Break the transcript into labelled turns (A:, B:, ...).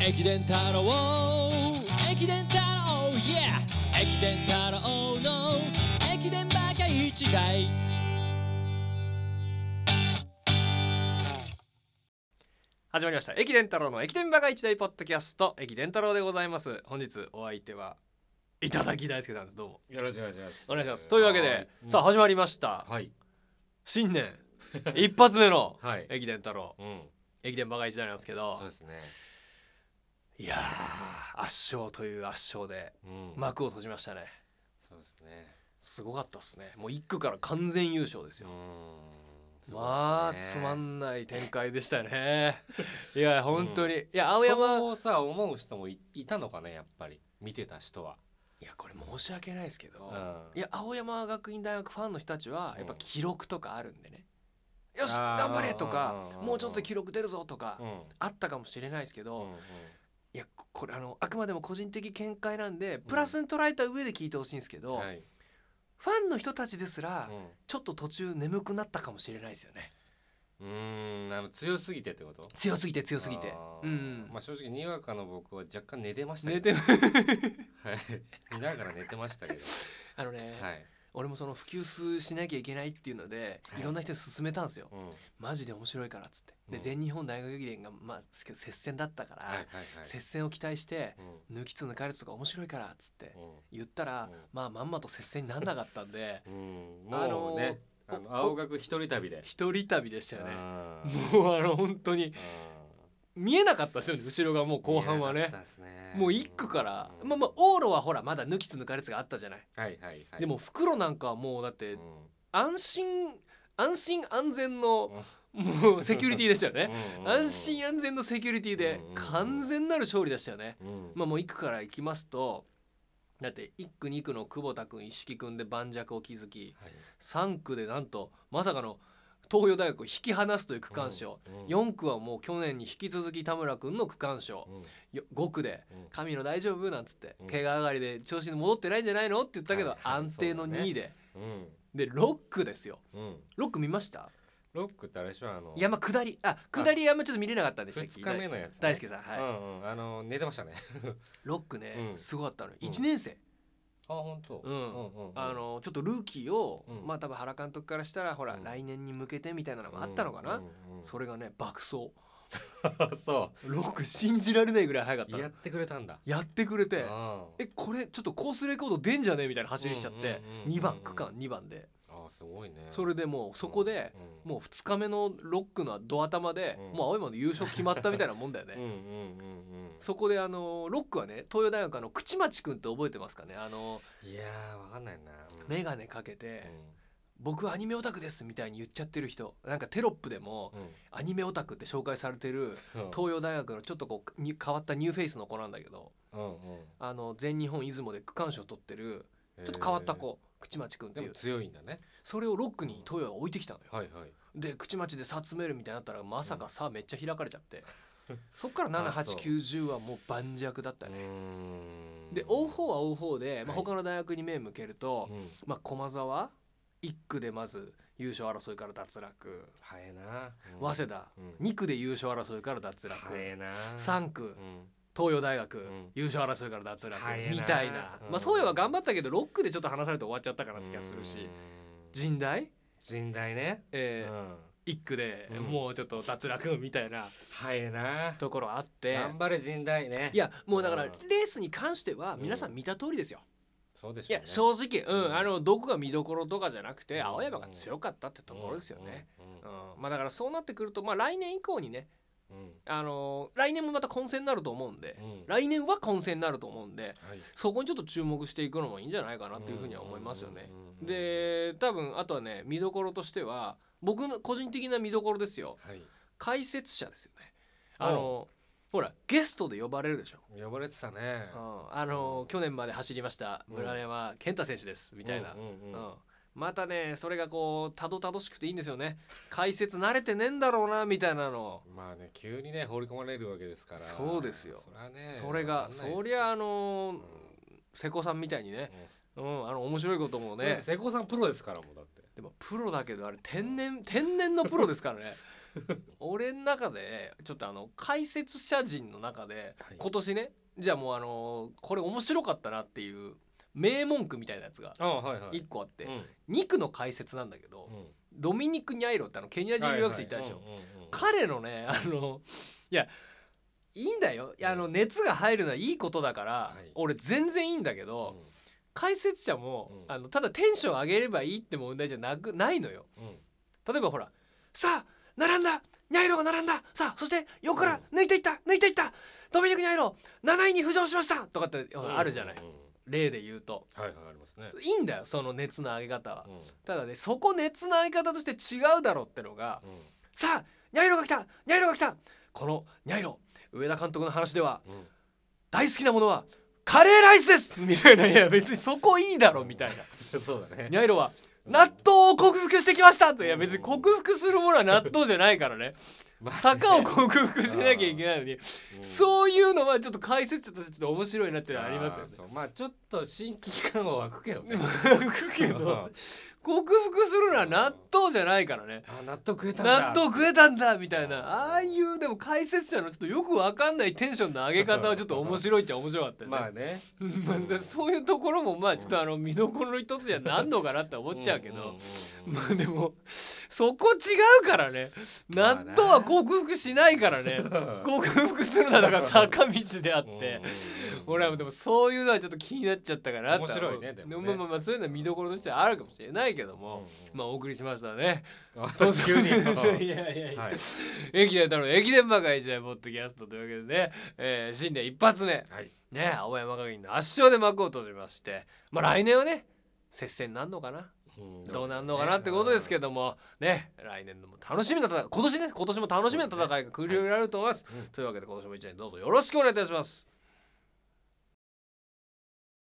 A: 駅伝太郎駅伝太郎 Yeah 駅伝太郎の駅伝バカ一概
B: 始まりました駅伝太郎の駅伝バカ一大ポッドキャスト駅伝太郎でございます本日お相手はいただき大輔さんですどうも
C: よろしくお願いします。
B: お願いしますというわけでさあ始まりました
C: はい。
B: 新年一発目 の
C: はい。
B: 駅伝太郎
C: うん。
B: 駅伝バカ一大なんですけど
C: そうですね。
B: いやー圧勝という圧勝で
C: うん。
B: 幕を閉じましたね
C: そうですね。
B: すごかったっすねもう1区から完全優勝です
C: う
B: よ
C: ん。
B: まあつま
C: い。
B: んない展開でしたねいや本当に、いや青
C: 青山
B: 山
C: そうさ思う人もいいたのかねやっぱり見てた人は。
B: いやこれ申し訳ないですけど、
C: うん。
B: いや青山学院大学ファンの人たちは
C: うん
B: やっぱ記録とかあるんでね、よし
C: あー
B: 頑張れとか
C: うんうんうん
B: もうちょっと記録出るぞとか、
C: うん。
B: あったかもしれないですけど、
C: うんうん。
B: いやここれあのあくまでも個人的見解なんでプラスに捉えた上で聞いてほしいんですけど、
C: はい。
B: ファンの人たちですら、
C: うん
B: ちょっと途中眠くなったかもしれないですよね
C: うーん。あの強すぎてってこと。
B: 強すぎて強すぎて
C: あー
B: うん、
C: まあ正直にわかの僕は若干寝てましたけ
B: 寝
C: ど。
B: て
C: はい。見ながら寝てま したけど。
B: あのね、
C: はい。
B: 俺もその普及しなきゃいけないっていうので、
C: はい
B: い、ろんな人に勧めたんですよ
C: うん。はい
B: マジで面白いからっつってで、
C: うん
B: 全日本大学駅伝がまあすけど接戦だったから、
C: はいはい。
B: 接戦を期待して
C: うん。
B: 抜きつ抜かれつとか面白いからっつって
C: うん。
B: 言ったら、
C: うん
B: まあまんまと接戦になんなかったんで
C: うん、
B: あの
C: もうね、
B: お
C: あの青学一人旅で。
B: 一人旅でしたよね
C: あー
B: もうあの本当に
C: う
B: 見えなかったですよね後ろがもうん後半は
C: 見え
B: ね
C: なかったっすね
B: もう一区から、
C: うん
B: まあまあ往路はほらまだ抜きつ抜かれつがあったじゃない、
C: はいはいはい。
B: でも袋なんかはもうだっ
C: う
B: て
C: ん、
B: 安心安心安全のもうセキュリティでしたよね
C: うん
B: 安心安全のセキュリティで
C: うん
B: 完全なる勝利でしたよね。
C: うん
B: まあもう1区から行きますとだって1区2区の久保田君一色君で盤石を築き
C: はい
B: 3区でなんとまさかの東洋大学を引き離すという区間賞、
C: うん
B: 4区はもう去年に引き続き田村君の区間賞
C: うん
B: よ5区で
C: うん
B: 「神野大丈夫?」なんつって「
C: うん
B: 怪我上がりで調子に戻ってないんじゃないの?」って言ったけど
C: はい はい
B: 安定の
C: そうだね
B: 2位で
C: うん
B: で6区ですよ
C: うん
B: 6区見ました
C: ロックってあれでしょあの
B: 山下りあ下り山ちょっと見れなかったんでしたっけ
C: 二日目のやつね、
B: 大輔さんはい、
C: うんうんあの寝てましたね。
B: ロックね、
C: うん
B: すごかったのよ
C: うん
B: 1年生、
C: あ本当。
B: うん
C: うんうん。
B: あのちょっとルーキーを、
C: うん
B: まあ多分原監督からしたらほら、
C: うん
B: 来年に向けてみたいなの
C: うん
B: があったのかな、
C: うんうん
B: それがね爆走
C: そ
B: ロック信じられないぐらい速かった
C: う。
B: の
C: やっ
B: や
C: てくれたんだ。
B: ってくれて
C: あー
B: えこれちょっとコースレコード出んじゃねみたいな走りしちゃって、
C: うんうんうんうん
B: 2番区間2番で、
C: あーすごいね。
B: それでもうそこで、
C: うん
B: もう2日目のロックのド頭で、
C: うん
B: もう青山の優勝決まったみたいなもんだよね、
C: うんうんうんうん。
B: そこであのロックはね東洋大学あの口町君って覚えてますかねあの
C: いやーわかんないな。うん
B: 眼鏡かけて、
C: う
B: 僕はアニメオタクですみたいに言っちゃってる人なんかテロップでも
C: んうん
B: アニメオタクって紹介されてる東洋大学のちょっとこうに変わったニューフェイスの子なんだけど
C: うんうん
B: あの全日本出雲で区間賞取ってるちょっと変わった子口町くんっ
C: えー
B: て
C: で
B: い
C: も
B: う
C: 強いんだね
B: それをロックに東洋が置いてきたのよ
C: はいはい
B: で口町で差詰めるみたいになったらまさか差めっちゃ開かれちゃ ってそっから7890はもう盤石だった
C: う
B: ね
C: ーん
B: で追う方は追う方で、まあ、
C: はい
B: 他の大学に目向けると、
C: うん
B: まあ、駒沢1区でまず優勝争いから脱落
C: 早いなうん
B: 早稲田、
C: うん
B: 2区で優勝争いから脱落、
C: 早いな
B: 3区
C: うん
B: 東洋大学、
C: ん
B: 優勝争いから脱落
C: 早いな
B: みたいな、
C: うん
B: まあ、東洋は頑張ったけど6区でちょっと離されて終わっちゃったかなって気がする
C: うー
B: し
C: ん
B: 神大、
C: 人大ねう
B: えー
C: ん
B: 1区で
C: うん
B: もうちょっと脱落みたいな
C: 早いな
B: ところあって、
C: 頑張れ人大ね
B: いやもうだから
C: うん
B: レースに関しては
C: うん
B: 皆さん見た通りですよ。
C: そうでし
B: い
C: ょう
B: や
C: ね
B: 正直、う、
C: うんん
B: あのどこが見どころとかじゃなくて
C: うん
B: 青山が強かったってところですよね。
C: うん
B: うんまあ、だからそうなってくると、まあ、来年以降にね、
C: うん
B: あのー来年もまた混戦になると思うんで、
C: うん
B: 来年は混戦になると思うんで
C: はい
B: そこにちょっと注目していくのもいいんじゃないかなっていうふうには思いますよね
C: うんうんうんう。ん
B: で多分あとはね見どころとしては僕の個人的な見どころですよ
C: はい
B: 解説者ですよね。あのーほらゲストで呼ばれるでしょ。
C: 呼ばれてたね
B: うんあのー去年まで走りました
C: うん
B: 村山健太選手ですみたいな
C: うんうんう
B: うんんまたねそれがこうたどたどしくていいんですよね解説慣れてねえんだろうなみたいなの
C: まあね急にね放り込まれるわけですから
B: そうですよ
C: それはね
B: それが
C: わかんないですよ
B: そりゃあのー
C: うん
B: 瀬古さんみたいにね
C: うん
B: うんあの面白いことも
C: ね
B: ね
C: 瀬古さんプロですからもうだって
B: でもプロだけどあれ天然天然のプロですからね俺の中でちょっとあの解説者陣の中で、
C: はい
B: 今年ねじゃあもうあのーこれ面白かったなっていう名文句みたいなやつが
C: ああはいはい
B: 1個あって、
C: うん
B: 肉の解説なんだけど、
C: うん
B: ドミニク・ニャイロってあのケニア人留学生いたでしょ、
C: はいはいうんうん
B: 彼のねあのいやいいんだよいやあの
C: うん
B: 熱が入るのはいいことだから、
C: い
B: 俺全然いいんだけど、解説者も、
C: うん
B: あのただテンション上げればいいって問題じゃなくないのよ。
C: うんうん
B: 例えばほら「さあ並んだニャイロが並んださあそして横から抜いていった抜いていったドミニク・ニャイロ7位に浮上しました!」とかってほらあるじゃない
C: うんうんうん
B: 例で言うと。
C: はいはいありますね
B: いいんだよその熱の上げ方は
C: うん
B: ただねそこ熱の上げ方として違うだろうってのが
C: うん
B: さあニャイロが来たニャイロが来たこのニャイロ上田監督の話では
C: うん
B: 大好きなものはカレーライスですみたいないや別にそこいいだろみたいな
C: そうだね
B: ニャイロは納豆を克服してきましたっていや別に克服するものは納豆じゃないからね
C: まあ
B: 坂を克服しなきゃいけないのに
C: うん
B: そういうのはちょっと解説者としてちょっと面白いなっていうのはありますよ
C: あー
B: ね
C: そうまあちょっと親近感は湧くけどね
B: 克服けど克服するのは納豆じゃないからね
C: あ納豆食えたんだ
B: 納豆食えたんだみたい
C: うん
B: なああいうでも解説者のちょっとよくわかんないテンションの上げ方はちょっと面白いっちゃ面白かったよね
C: まあね
B: うん まあだからそういうところもまあちょっとあの見どころの一つじゃなんのかなって思っちゃうけど、
C: んんうんうん
B: まあでもそこ違うからね納豆は克服しないから ね克服するならだから坂道であって。俺はでもそういうのはちょっと気になっちゃったかなとは思う
C: 面白いねでもね
B: まあまあまあそういうのは見どころとしてはあるかもしれないけども、まあお送りしましたね。
C: あ 急 に
B: いやいやいや、
C: はい
B: 駅伝太郎の駅伝バカ一大ポッドキャストというわけでね、えー、新年一発目
C: はい
B: ね青山学院の圧勝で幕を閉じましてまあ来年はね接戦なんのかなどうなんのかなってことですけ
C: ど
B: どもね来年のも楽しみな戦い今年ね今年も楽しみな戦いが繰り広げられると思います、
C: うん
B: というわけで今年も一年どうぞよろしくお願いいたします